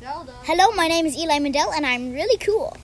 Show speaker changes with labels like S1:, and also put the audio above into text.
S1: Zelda.
S2: Hello, my name is Eli Mandel, and I'm really cool.